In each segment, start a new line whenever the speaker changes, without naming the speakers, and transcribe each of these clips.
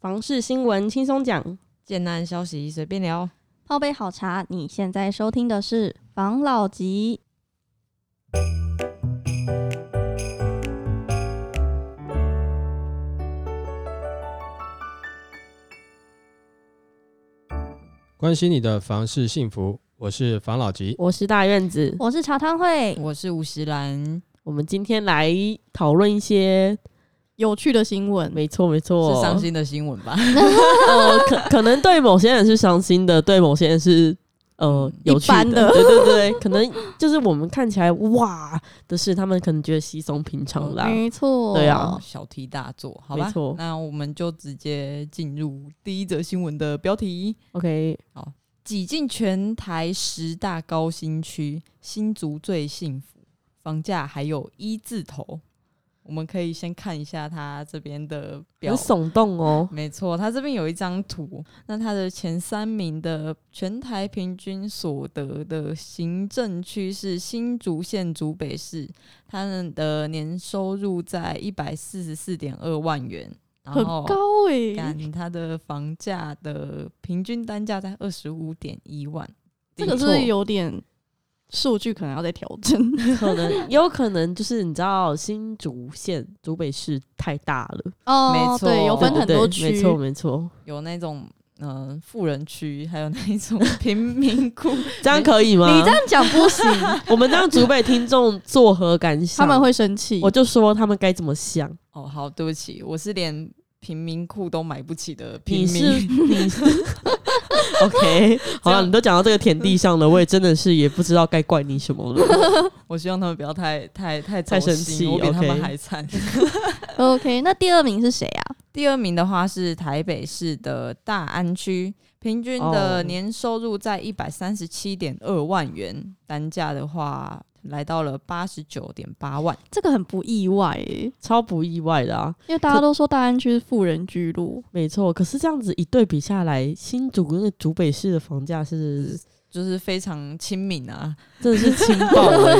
房事新闻轻松讲，
简单消息随便聊。
泡杯好茶，你现在收听的是防老集。
关心你的房事幸福，我是房老吉。
我是大院子。
我是茶汤会，
我是吴石兰，
我们今天来讨论一些，
有趣的新闻
没错没错，
是伤心的新闻吧？
呃，可 可能对某些人是伤心的，对某些人是呃有趣
嗯一般的
对对对，可能就是我们看起来哇的事，他们可能觉得稀松平常啦。
没错，
对啊，
小题大做，好
没
吧
错？
那我们就直接进入第一则新闻的标题：
OK，
挤进全台十大高新区，新竹最幸福，房价还有一字头。我们可以先看一下它这边的表
很耸动 哦，
没错，他这边有一张图，那他的前三名的全台平均所得的行政区是新竹县竹北市，他们的年收入在一百四十四点二万元，然
很
后
高欸诶、
干它的房价的平均单价在二十五点一万，
这个是不是有点数据可能要再调 整。
可能也有可能就是你知道新竹县竹北市太大了，
哦
没错
对，有分
对
很多
对
区，
没错没错，
有那种嗯、呃富人区，还有那种 贫民窟，
这样可以吗？
你这样讲不行，
我们让竹北听众作何感想？
他们，会生气
我。就说他们该怎么想。
哦，好，对不起，我是连贫民窟都买不起的
你
平
是
民。
你是 OK，好
这
了，
样
你都讲到这个田地上了，我也真的是也不知道该怪你什么了。
我希望他们不要太太太
太
走
生
心
气
我比他们
OK
还惨。
OK，那第二名是谁啊？
第二名的话是台北市的大安区，平均
哦
的年收入在一百三十七点二万元，单价的话来到了八十九点八万。
这个很不意外诶、
超不意外的啊，
因为大家都说大安区是富人居落，
没错。可是这样子一对比下来，新竹跟竹北市的房价是
就是非常亲民啊，
真的是轻爆了。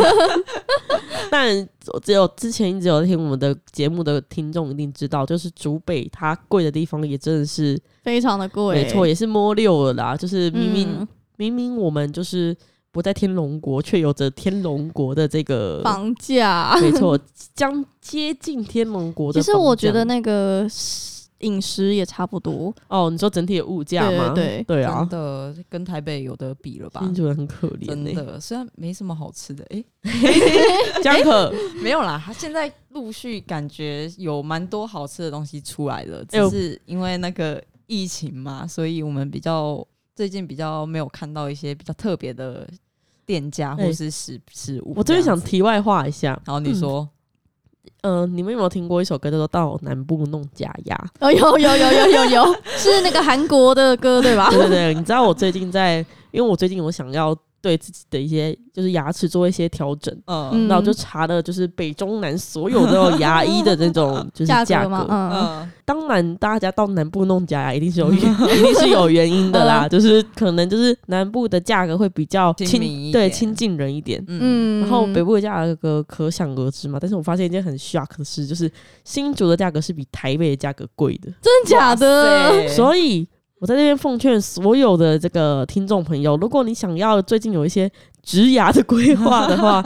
但只有之前一直有听我们的节目的听众一定知道，就是竹北它贵的地方也真的是
非常的贵，
没错，，也是摸六了啦。就是明明、
嗯
明明我们就是不在天龙国，却有着天龙国的这个
房 价。
没 错，将接近天龙国的房
其
价。
实我觉得那个饮食也差不多，
哦，你说整体的物价吗？
对对
啊
真，的跟台北有得比了吧
新？竹人很可怜欸
真
呢。
的，虽然没什么好吃的，诶、
江 可，
没有啦，他现在陆续感觉有蛮多好吃的东西出来了，
哎呦
只是因为那个疫情嘛，所以我们比较最近比较没有看到一些比较特别的店家
哎
或是食食物。
我这边想
样子，
题外话一下，
然后你说，
嗯、呃，你们有没有听过一首歌叫做《到南部弄假牙》？
哦，有有有有有 有，是那个韩国的歌对 吧？
对对对，你知道我最近在，因为我最近我想要对自己的一些就是牙齿做一些调整，
嗯
嗯
那我就查了就是北中南所有的牙医的那种就是
价
价
格吗？嗯，
嗯，
当然，大家到南部弄假牙一定是有原， 一定是有原因的啦，就是可能就是南部的价格会比较
嗯亲民一
亲，
点
对亲近人一点。
嗯
嗯
然后北部的价格可想而知嘛，但是我发现一件很 shock 的事，就是新竹的价格是比台北的价格贵的，
真假的，
对，
所以我在这边奉劝所有的这个听众朋友，如果你想要最近有一些植牙的规划的 话，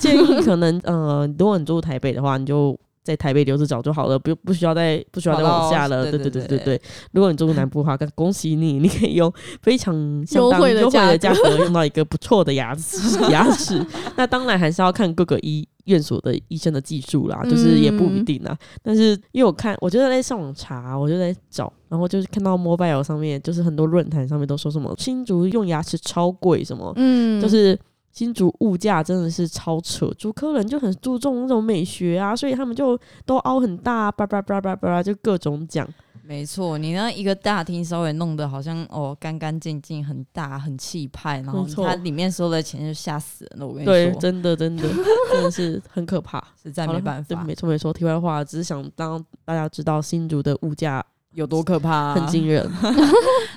建议可能呃，如果你住台北的话，你就。在台北留着找就好了，不不需要再不需要再往下了。
跑到
对对
对
对
对
对对，如果你住南部的话，恭喜你，你可以用非常相当
优惠的
优惠的
价
价格用到一个不错的牙齿牙齿。那当然还是要看各个医院所的医生的技术啦，就是也不一定啊啦。但是因为我看，我就在上网查，我就在找，然后就是看到 Mobile 上面，就是很多论坛上面都说什么新竹用牙齿超贵，什么、
嗯，
就是新竹物价真的是超扯，竹科人就很注重那种美学啊，所以他们就都凹很大、啊，叭叭叭叭叭，就各种讲。
没错，你那一个大厅稍微弄得好像哦干干净净，很大很气派，然后
没错
它里面收的钱就吓死人了，我跟你
对，
说，
真的真 的真的是很可怕。
实在
好
没
了
办
对
法，
没错没错。题外话，只是想让大家知道新竹的物价
有多可怕 啊，
很惊人。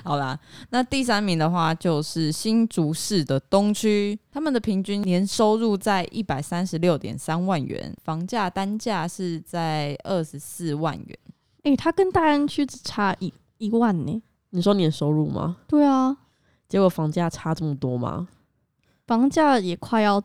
好啦，那第三名的话就是新竹市的东区，他们的平均年收入在一百三十六点三万元，房价单价是在二十四万元。
嗯
诶，它跟大安区只差一一万呢、
你说你的收入吗？
对啊，
结果房价差这么多吗？
房价也快要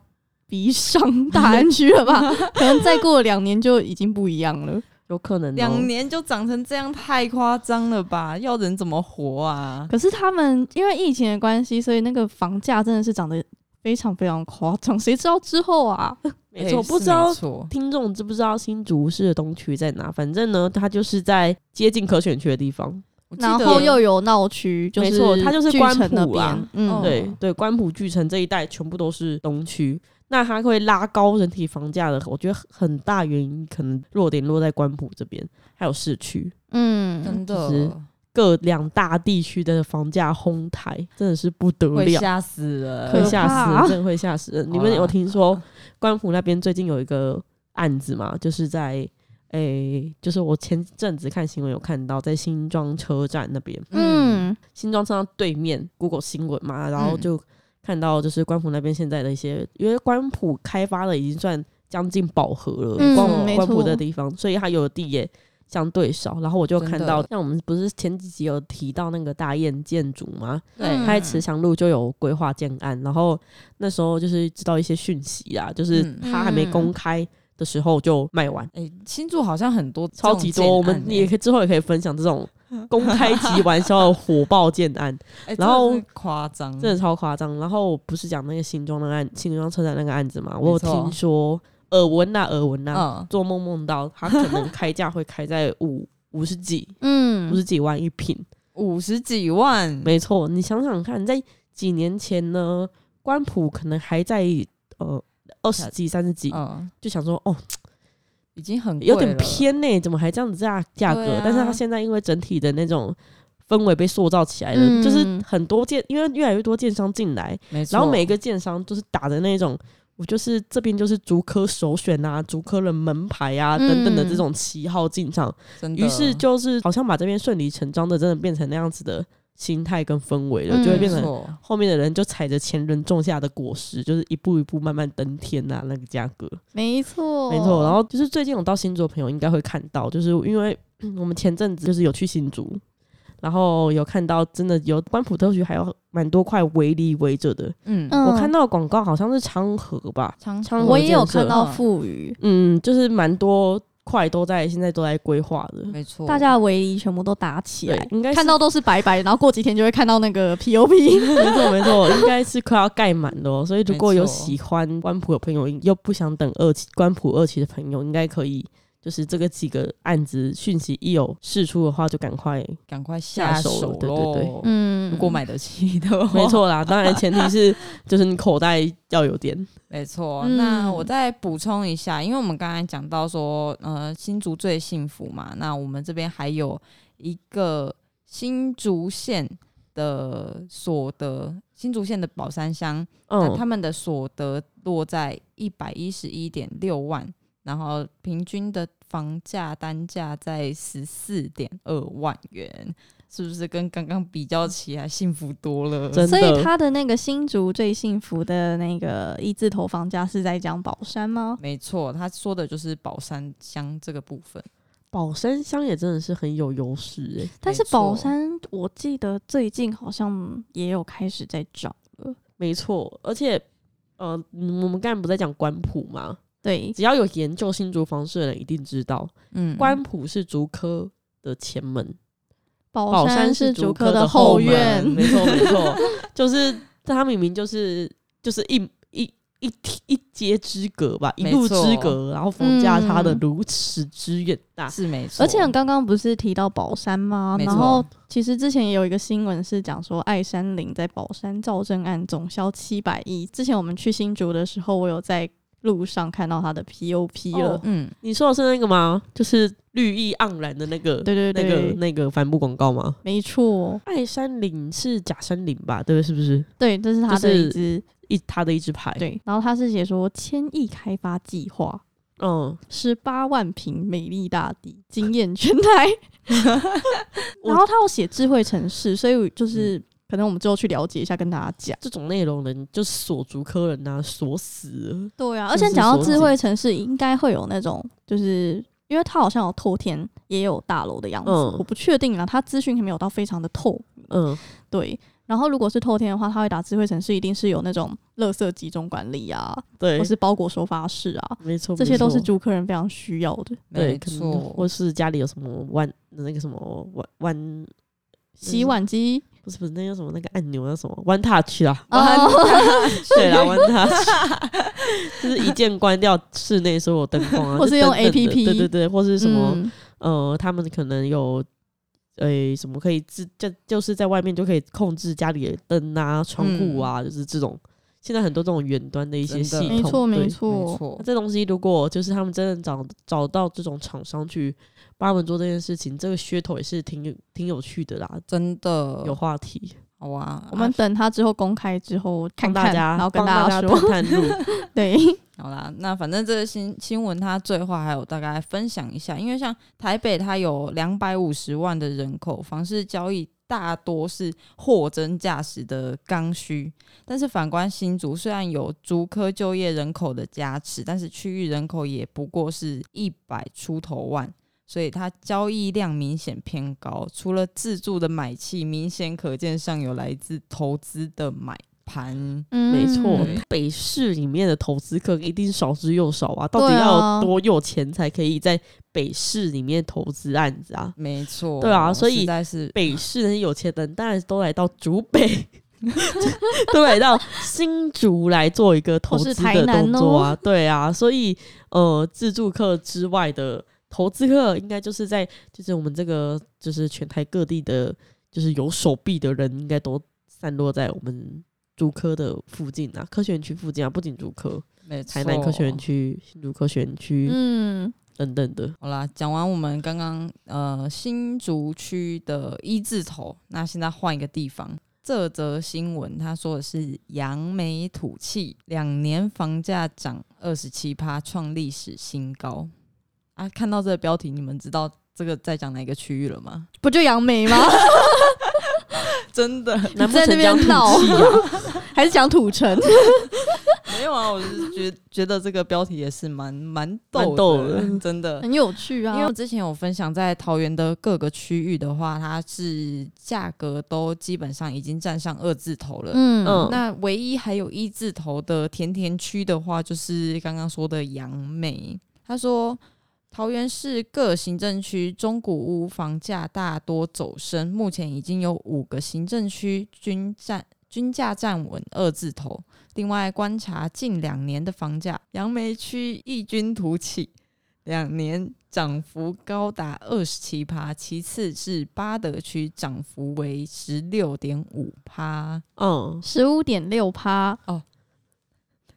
逼上大安区了 吧？可能再过两年就已经不一样了。
有可能、哦，
两年就长成这样，太夸张了吧？要人怎么活啊？
可是他们因为疫情的关系，所以那个房价真的是涨得非常非常夸张，谁知道之后啊？
没错，
哎
不
是
知道
没错
听众知不知道新竹市的东区在哪？反正呢，它就是在接近可选区的地方。
我记
然
得
后又有闹区，就
没
是
错它就是
巨
关
城那
埔啊
边，嗯，
哦
对对，关埔巨城这一带全部都是东区。那它会拉高人体房价的，我觉得很大原因可能弱点落在关埔这边，还有市区
嗯，
真的
就是各两大地区的房价哄抬，真的是不得
会
了，
吓死人，
会
可
吓
怕
死
啊
人，真的会吓死 人。你们有听说关埔那边最近有一个案子嘛？就是在诶、就是我前阵子看新闻有看到，在新庄车站那边，
嗯，
新庄车站对面 Google 新闻嘛，然后
嗯
就看到就是关埔那边现在的一些，因为关埔开发的已经算将近饱和了，
嗯
关
没
关埔
错
的地方，所以它有的地也。相对少，然后我就看到
真的，
像我们不是前几集有提到那个大雁建筑吗？
对
嗯
它在慈祥路就有规划建案，然后那时候就是知道一些讯息啊，就是
嗯
它还没
嗯
公开的时候就卖完，
哎、新竹好像很多这
超
种
级
建案
多。我们
欸
也可以之后也可以分享这种公开级玩笑的火爆建 案，
哎
然后
真的是夸张，
真的超夸张。然后不是讲那个新庄那个案，新庄车站那个案子嘛，我有
没错
听说耳闻呐、耳闻呐、啊
嗯，
做梦梦到它可能开价会开在五 五十几、
嗯，
五十几万一平。
五十几万，
没错，你想想看，在几年前呢，官普可能还在呃二十几、三十几，
嗯，
就想说哦，
已经很贵
有点
了，
偏呢、怎么还这样子价价格？
对啊
但是它现在因为整体的那种氛围被塑造起来了，
嗯
就是很多建，因为越来越多建商进来，
没错。
然后每个建商都是打的那种。我就是这边就是竹科首选啊，竹科的门牌啊
嗯
等等的这种旗号进场，
真的
于是就是好像把这边顺理成章的真的变成那样子的心态跟氛围了，
嗯
就会变成
没错
后面的人就踩着前人种下的果实，就是一步一步慢慢登天呐、那个价格，
没错，
没错。然后就是最近有到新竹的朋友应该会看到，就是因为嗯我们前阵子就是有去新竹，然后有看到真的有关埔特区还有蛮多块围篱围着的，
嗯，
嗯
我看到的广告好像是昌河吧，
长
昌河
我也有看到
啊
嗯
富余，
嗯，就是蛮多块都在现在都在规划的，
没错，
大家的围篱全部都打起
哦对
来，，
应该是
看到都是白白的，然后过几天就会看到那 个 POP。
没错没错，应该是快要盖满了哦。所以如果有
没错
喜欢关埔的朋友，又不想等二期关埔二期的朋友，应该可以。就是这个几个案子讯息一有释出的话，就赶快。
赶快下
下手
手
了对对对
咯
嗯
如果买得起的话，
没，错啦，当然前提是就是你口袋要有点。
没错。
嗯
那我再补充一下，因为我们刚才讲到说，呃，新竹最幸福嘛，那我们这边还有一个新竹县的所得，新竹县的宝山乡，那他
嗯，
们的所得落在一百一十一点六万，然后平均的房价单价在十四点二万元，是不是跟刚刚比较起来幸福多了？
真
嗯所以
的。
他的那个新竹最幸福的那个一字头房价是在讲宝山吗？
没错，他说的就是宝山乡这个部分，
宝山乡也真的是很有优势欸诶，
但是
没错
宝山我记得最近好像也有开始在涨了。
没错。而且，呃，嗯我们刚才不在讲关埔吗？
对，
只要有研究新竹房市的人一定知道，
嗯，
关埔是竹科的前门。
宝
宝山
是
竹
科
的
后
院
院，，
没错没错，就是它明明就是就是一一一梯一街之隔吧，一
没
路
错
之隔，然后房价差的
嗯
如此之远大，
是没错，
而且刚刚不是提到宝山吗？
没错
然后其实之前也有一个新闻是讲说，爱山林在宝山造镇案总销七百亿。之前我们去新竹的时候，我有在路上看到它的 POP 了。
哦
嗯，
你说的是那个吗？就是绿意盎然的那个，
对对
哦那
对，
个那个帆布广告吗？
没错，
爱山岭是假山岭吧？对，是不是
对，这是它
就是
的
哎
一支、
一它的一支牌？，
对。然后它是写说千亿开发计划。
嗯，
十八万平美丽大地，惊艳全台。 然后它有写智慧城市，所以就是、可能我们之后去了解一下，跟大家讲。
这种内容的人就是锁竹科人呐、啊，锁死了。
对啊，
就
而
是
且讲到
所
智
指
慧城市，应该会有那种就是因为它好像有透天，也有大楼的样子，
嗯
我不确定啊，它资讯还没有到非常的透。
嗯，
对，然后如果是透天的话，它会打智慧城市，一定是有那种垃圾集中管理啊，
对
或，是包裹收发室啊，
没错，
这些都是
没错
租客人非常需要的。
对，
没
可能
错，
或是家里有什么弯那个什么弯弯嗯
洗碗机
不是不是那叫什么那个按钮叫什么 One Touch 啦，
哦，
对 啦 One Touch，就是 一键关掉室内所有灯 光啊，
或
就是
用
等等的
APP
对对对，或是什么、
嗯
呃，他们可能有。诶、什么可以自就就是在外面就可以控制家里的灯啊、窗户啊，就是这种。现在很多这种远端的一些
嗯真
系统，
的
没错没
对
没
错，
错
那，这东西如果就是他们真的找找到这种厂商去帮他们做这件事情，这个噱头也是挺有挺有趣的啦，
真的
有话题，
好啊，
我们等它之后公开之后看
帮
看，
大家
然后
帮
跟
大
家说，
探探 路，
对，
好啦，那反正这个新新闻它最后还有大概分享一下，因为像台北它有两百五十万的人口，房市交易大多是货真价实的刚需，但是反观新竹，虽然有竹科就业人口的加持，但是区域人口也不过是一百出头万。所以它交易量明显偏高，除了自住的买气，明显可见上有来自投资的买盘。
嗯
没错
对，
北市里面的投资客一定少之又少啊，到底
对啊
要多有钱才可以在北市里面投资案子啊？
没错，
对啊所以
实在是
北市那些有钱人当然都来到竹北， 都来到新竹来做一个投资的动作啊，对啊，所以呃，自助客之外的投资客，应该就是在就是我们这个就是全台各地的，就是有手臂的人，应该都散落在我们竹科的附近啊，科学园区附近啊，不仅竹科，
没错，
台南科学园区、新竹科学园区、
嗯，
等等的，
好啦，讲完我们刚刚呃新竹区的一字头，那现在换一个地方。这则新闻他说的是扬眉吐气，两年房价涨二十七趴，创历史新高啊！看到这个标题，你们知道这个在讲哪个区域了吗？
不就杨梅吗？
真的
难不
在那
成讲
边
土
闹
气啊？
还是讲土城？
没有啊，我是觉觉得这个标题也是蛮蛮
蛮
逗
逗
的，
的
真的
很有趣啊，
因为我之前有分享，在桃园的各个区域的话，它是价格都基本上已经站上二字头了。
嗯
嗯
那唯一还有一字头的甜甜区的话，就是刚刚说的杨梅。他说，桃园市各行政区中古屋房价大多走升，目前已经有五个行政区均占均价站稳二字头。另外，观察近两年的房价，杨梅区异军突起，两年涨幅高达二十七趴，其次是巴德区，涨幅为十六点五趴。
嗯，
十五点六趴，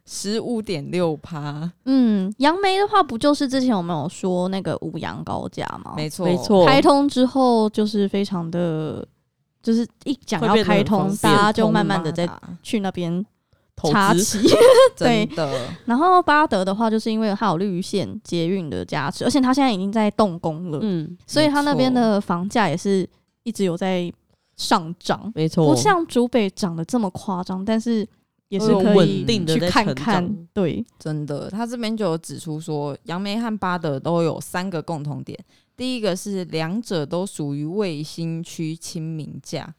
十五点六趴，
嗯，杨梅的话不就是之前我们有说那个五羊高架吗？
没错，
没，错，
开通之后就是非常的，就是一讲
会
要
变得
开
很
通
方，便
大家就慢慢的在去那边
投
插
资
旗。 对
真的，
然后巴德的话，就是因为它有绿线捷运的加持，而且它现在已经在动工了，
嗯，
所以它
没错
那边的房价也是一直有在上涨，
没错，
不像竹北涨得这么夸张，但是也是
都有
可以
呃稳定的
去
在
看
成
看
长。
对，
真的。他这边就有指出说，杨梅和巴德都有三个共同点，第一个是两者都属于卫星区亲民价。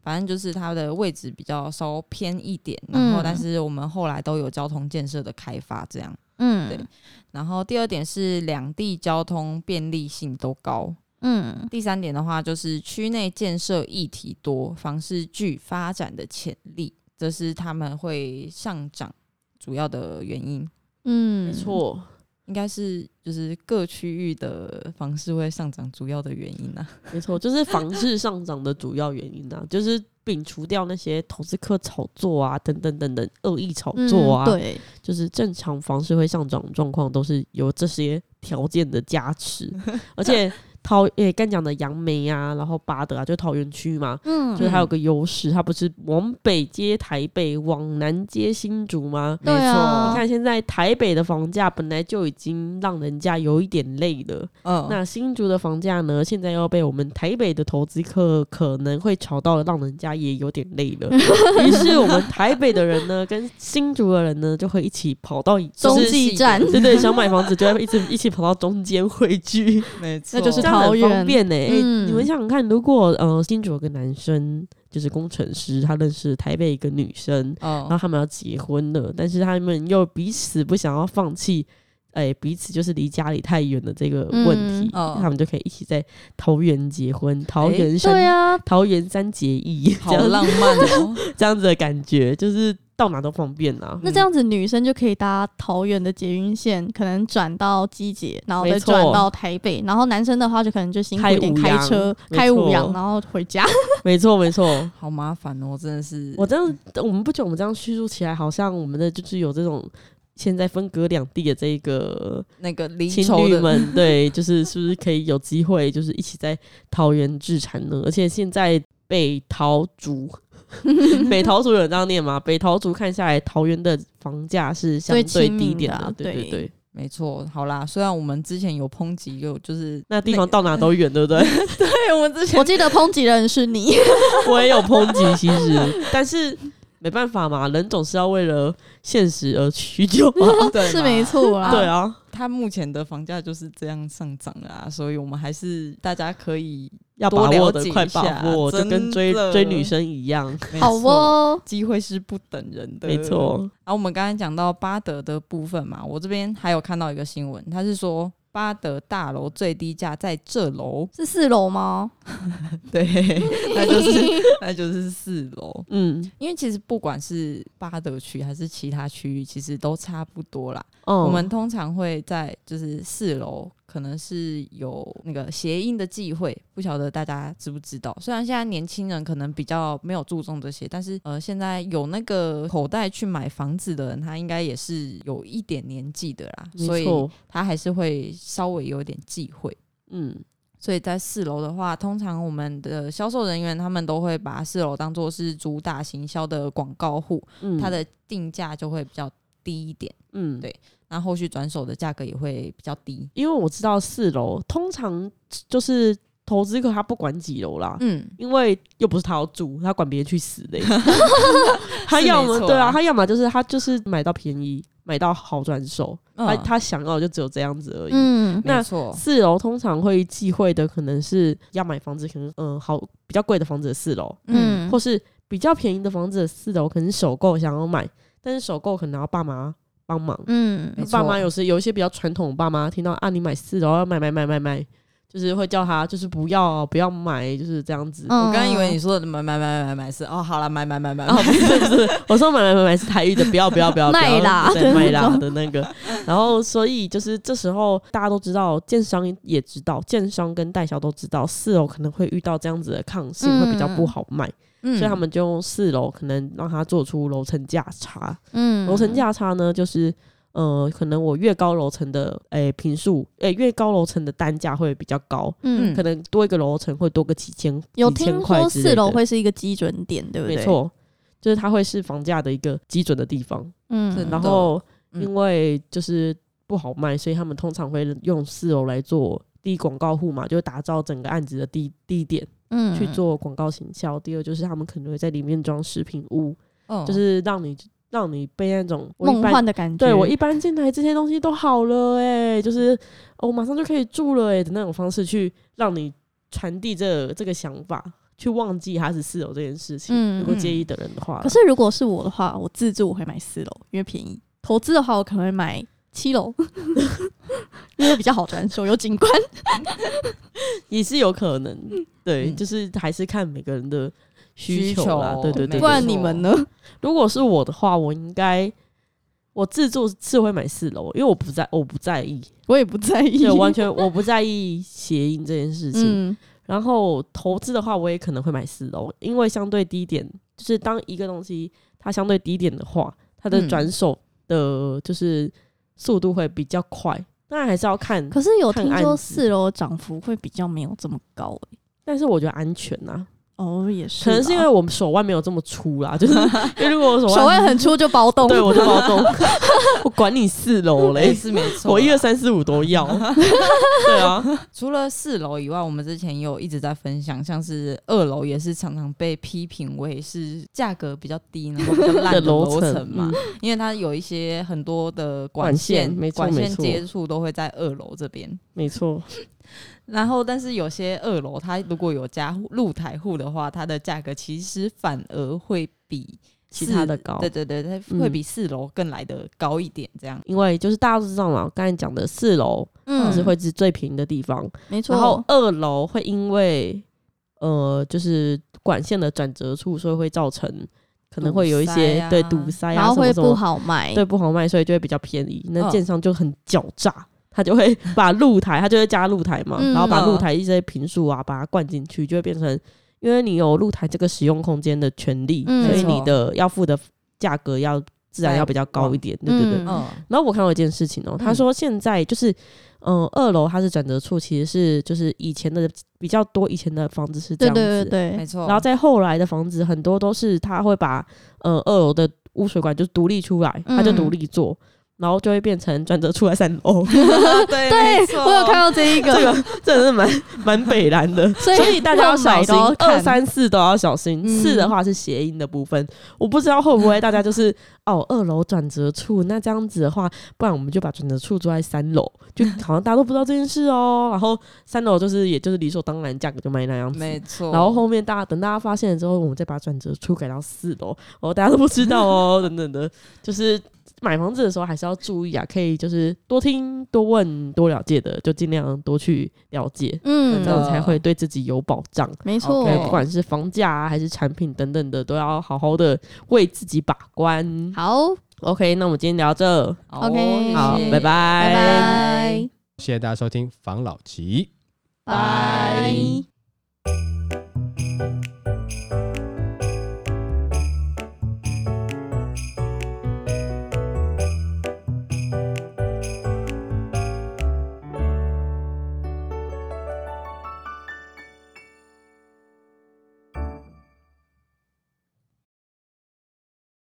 反正就是它的位置比较稍偏一点，然后
嗯
但是我们后来都有交通建设的开发，这样。对
嗯
然后第二点是两地交通便利性都高，
嗯
第三点的话，就是区内建设议题多，房市具发展的潜力，这是他们会上涨主要的原因。
嗯，
没。错，
应该是就是各区域的房市会上涨主要的原因啊。
没错，就是房市上涨的主要原因啊，就是摒除掉那些投资客炒作啊，等等等等恶意炒作啊，
嗯、，对，
就是正 常房市会上涨的状况都是有这些条件的加持，而且。桃诶刚讲的杨梅啊，然后巴德啊，就桃园区嘛，
嗯
就是它有个优势，它不是往北接台北，往南接新竹吗？
对啊
你看现在台北的房价本来就已经让人家有一点累了，
嗯，
那新竹的房价呢，现在要被我们台北的投资客可能会炒到，让人家也有点累 了。于是我们台北的人呢，跟新竹的人呢，就会一起跑到
中
就是
继站，
对对，想买房子就会一直一起跑到中间汇 聚，
没错，
那就是
这样
桃
很
园
方便呢、欸
嗯
你们想想看，如果呃新竹有个男生就是工程师，他认识台北一个女生，然后
哦，
他们要结婚了，但是他们又彼此不想要放弃，哎、彼此就是离家里太远的这个问题，
嗯哦
他们就可以一起在桃园结婚，桃
哎
园山、
对啊，
桃园三结义，这
好
样
浪漫哦，
这样子的感觉，就是到哪都方便啊。
那这
嗯
样子，女生就可以搭桃园的捷运线，可能转到机捷，然后再
没错
转到台北。然后男生的话，就可能就辛苦一点
开五
开
羊
车
没错
开五羊，然后回 家。
没错，没 错。
好麻烦哦，真的是，
我这样，我们不觉得我们这样叙述起来，好像我们的就是有这种现在分隔两地的这个
那个离
情
愁
侣
的，
们，对，就是是不是可以有机会，就是一起在桃园置产呢？而且现在北桃 竹，北桃竹有人这样念吗？北桃竹看下来，桃园的房价是相对
最亲
低一
民
点
的啊
对
对
对对。
没错，好啦，虽然我们之前有抨击，有就是
那地方到哪都远，对不对？
对我们之前
我记得抨击的人是你，
我也有抨击，其实，但是没办法嘛，人总是要为了现实而屈就嘛。
对
是
嘛
没，错啦。
对啊，
它目前的房价就是这样上涨了啊，所以我们还是大家可以
要
多
把
了
握的
解，一
快把
下
握，就跟
真
追
的
追女生一样，
没
好
错
哦，
机会是不等人的，
没错。
啊，我们刚才讲到巴德的部分嘛，我这边还有看到一个新闻，他是说巴德大楼最低价在这 楼，
是四楼吗？
对， 那就是那就是四楼，
嗯，
因为其实不管是巴德区还是其他区域，其实都差不多啦。
哦
我们通常会在就是四楼，可能是有那个谐音的忌讳，不晓得大家知不知道。虽然现在年轻人可能比较没有注重这些，但是呃，现在有那个口袋去买房子的人，他应该也是有一点年纪的啦，
没
所以
错，
他还是会稍微有点忌讳。
嗯，
所以在四楼的话，通常我们的销售人员他们都会把四楼当做是主打行销的广告户，
嗯
它的定价就会比较低一点，
嗯
对那后续转手的价格也会比较低。
因为我知道四楼通常就是投资客他不管几楼啦。
嗯，
因为又不是他要住，他管别人去死 嘞、他
是
要
没
么
错
对啊，
啊
他要么就是他就是买到便宜，买到好转手，他
嗯
他想要的就只有这样子而已。
嗯，
那
没错，
四楼通常会忌讳的可能是要买房子，可能嗯、呃好比较贵的房子的四楼，
嗯，
嗯
或是比较便宜的房子的四楼，可能首购想要买，但是首购可能要爸妈帮忙。
嗯
没错
爸妈有时有一些比较传统的爸妈听到啊，你买四楼要买买买买买，就是会叫他就是不要不要买，就是这样子。
嗯
我刚刚以为你说的买买买买买是哦，好了，买买买买
然后不
买，
是不是不是，我说买买买买是台语的，不要不要不要，不要
卖啦
对卖 啦的那个。然后所以就是这时候大家都知道，建商也知道，建商跟代销都知道，四楼可能会遇到这样子的抗性，会比较不好卖，
嗯
所以他们就用四楼可能让它做出楼层价差。
嗯
楼层价差呢，就是呃，可能我越高楼层的诶平数，诶越高楼层的单价会比较高，
嗯
可能多一个楼层会多个几千，
有
几千
听
块
说
之类的
四楼，会是一个基准点，对不对？
没，错，就是它会是房价的一个基准的地方。
真
嗯
的
然后
嗯
因为就是不好卖，所以他们通常会用四楼来做。第一广告户嘛，就打造整个案子的第第一点
嗯
去做广告行销。第二就是他们可能会在里面装食品屋，
嗯
就是让你让你被那种我一
哦梦
般
幻的感觉。
对我一般进来这些东西都好了哎、就是哦我、马上就可以住了哎、的那种方式去让你传递这这个想法，去忘记它是室友这件事情。
嗯
如果介意的人的话啦，
可是如果是我的话，我自住我会买四楼，因为便宜；投资的话，我可能会买七 楼， 因为比较好转手，有景观。
也是有可能，对，
嗯
就是还是看每个人的需
需
求啦。
求
对对
没
对
不
对
然
错
你们呢？
如果是我的话，我应该我自住是会买四楼，因为我不在我不在 意，
我也不在意
对，，完全我不在意谐音这件事情。
嗯
然后投资的话，我也可能会买四楼，因为相对低点，就是当一个东西它相对低点的话，它的
嗯
转手的就是速度会比较快，当然还是要看，
可是有听
看案
说
子
四楼涨幅会比较没有这么高、欸，
但是我觉得安全呐、
哦，也是啦，
可能是因为我们手腕没有这么粗啦，就是因为如果我手腕
手腕很粗就包动，
对我就暴动， 我管你四楼
也
嘞，
是 没错啊。
我一二三四五都要，对啊，
除了四楼以外，我们之前也有一直在分享，像是二楼也是常常被批评为是价格比较低，然后比较烂 的
层嗯
楼层嘛，，因为它有一些很多的管
管线
线
没，错
管
没
线
错
接触都会在二楼这边。
没错，
然后，但是有些二楼它如果有加露台户的话，它的价格其实反而会比
其
四
他的高
对对对，它
嗯
会比四楼更来的高一点，这样。
因为就是大家都知道嘛，刚才讲的四楼
嗯
是会是最平的地方，
没错，
然后二楼会因为呃就是管线的转折处，所以会造成可能会有一些
堵塞啊
对堵塞
然
啊
后
什么
会
什
不
么，
好卖，
对不好卖，所以就会比较便宜。那
嗯
建商就很狡诈。他就会把露台，他就会加露台嘛，
嗯
然后把
嗯
露台一些平数啊，把它灌进去，就会变成，因为你有露台这个使用空间的权利，
嗯
所以
没错
你的要付的价格要自然要比较高一点，对对对。
嗯
嗯，
然后我看到一件事情哦、他说现在就是，嗯、二楼它是转折处，其实是就是以前的比较多，以前的房子是这
对
样子，
对对
没
对，
错。
然后 在后来的房子很多都是他会把呃二楼的污水管就独立出来，
嗯
他就独立做，然后就会变成转折出来三楼，
对
对
没错
我有看到这一
这
个，
个真的是蛮蛮北蓝的。
所
所以大家要小心
购买，都要
二
看
三四都要小心。
嗯
四的话是谐音的部分，我不知道会不会大家就是
嗯
哦，二楼转折处，那这样子的话，不然我们就把转折处做在三楼，就好像大家都不知道这件事哦。 然后三楼就是也就是理所当然，价格就卖那样子。
没错。
然后后面大家等大家发现了之后，我们再把转折处改到四楼，哦，大家都不知道 哦，等等的，就是买房子的时候还是要注意啊，可以就是多听、多问、多了解的，就尽量多去了解，
嗯
这，样才会对自己有保障。
没错
OK，
对，不管是房价啊，还是产品等等的，都要好好的为自己把关。
好，
OK，那我们今天聊这，
好
OK
谢
好，
谢
拜拜
拜拜
谢谢大家收听房老吉。
拜。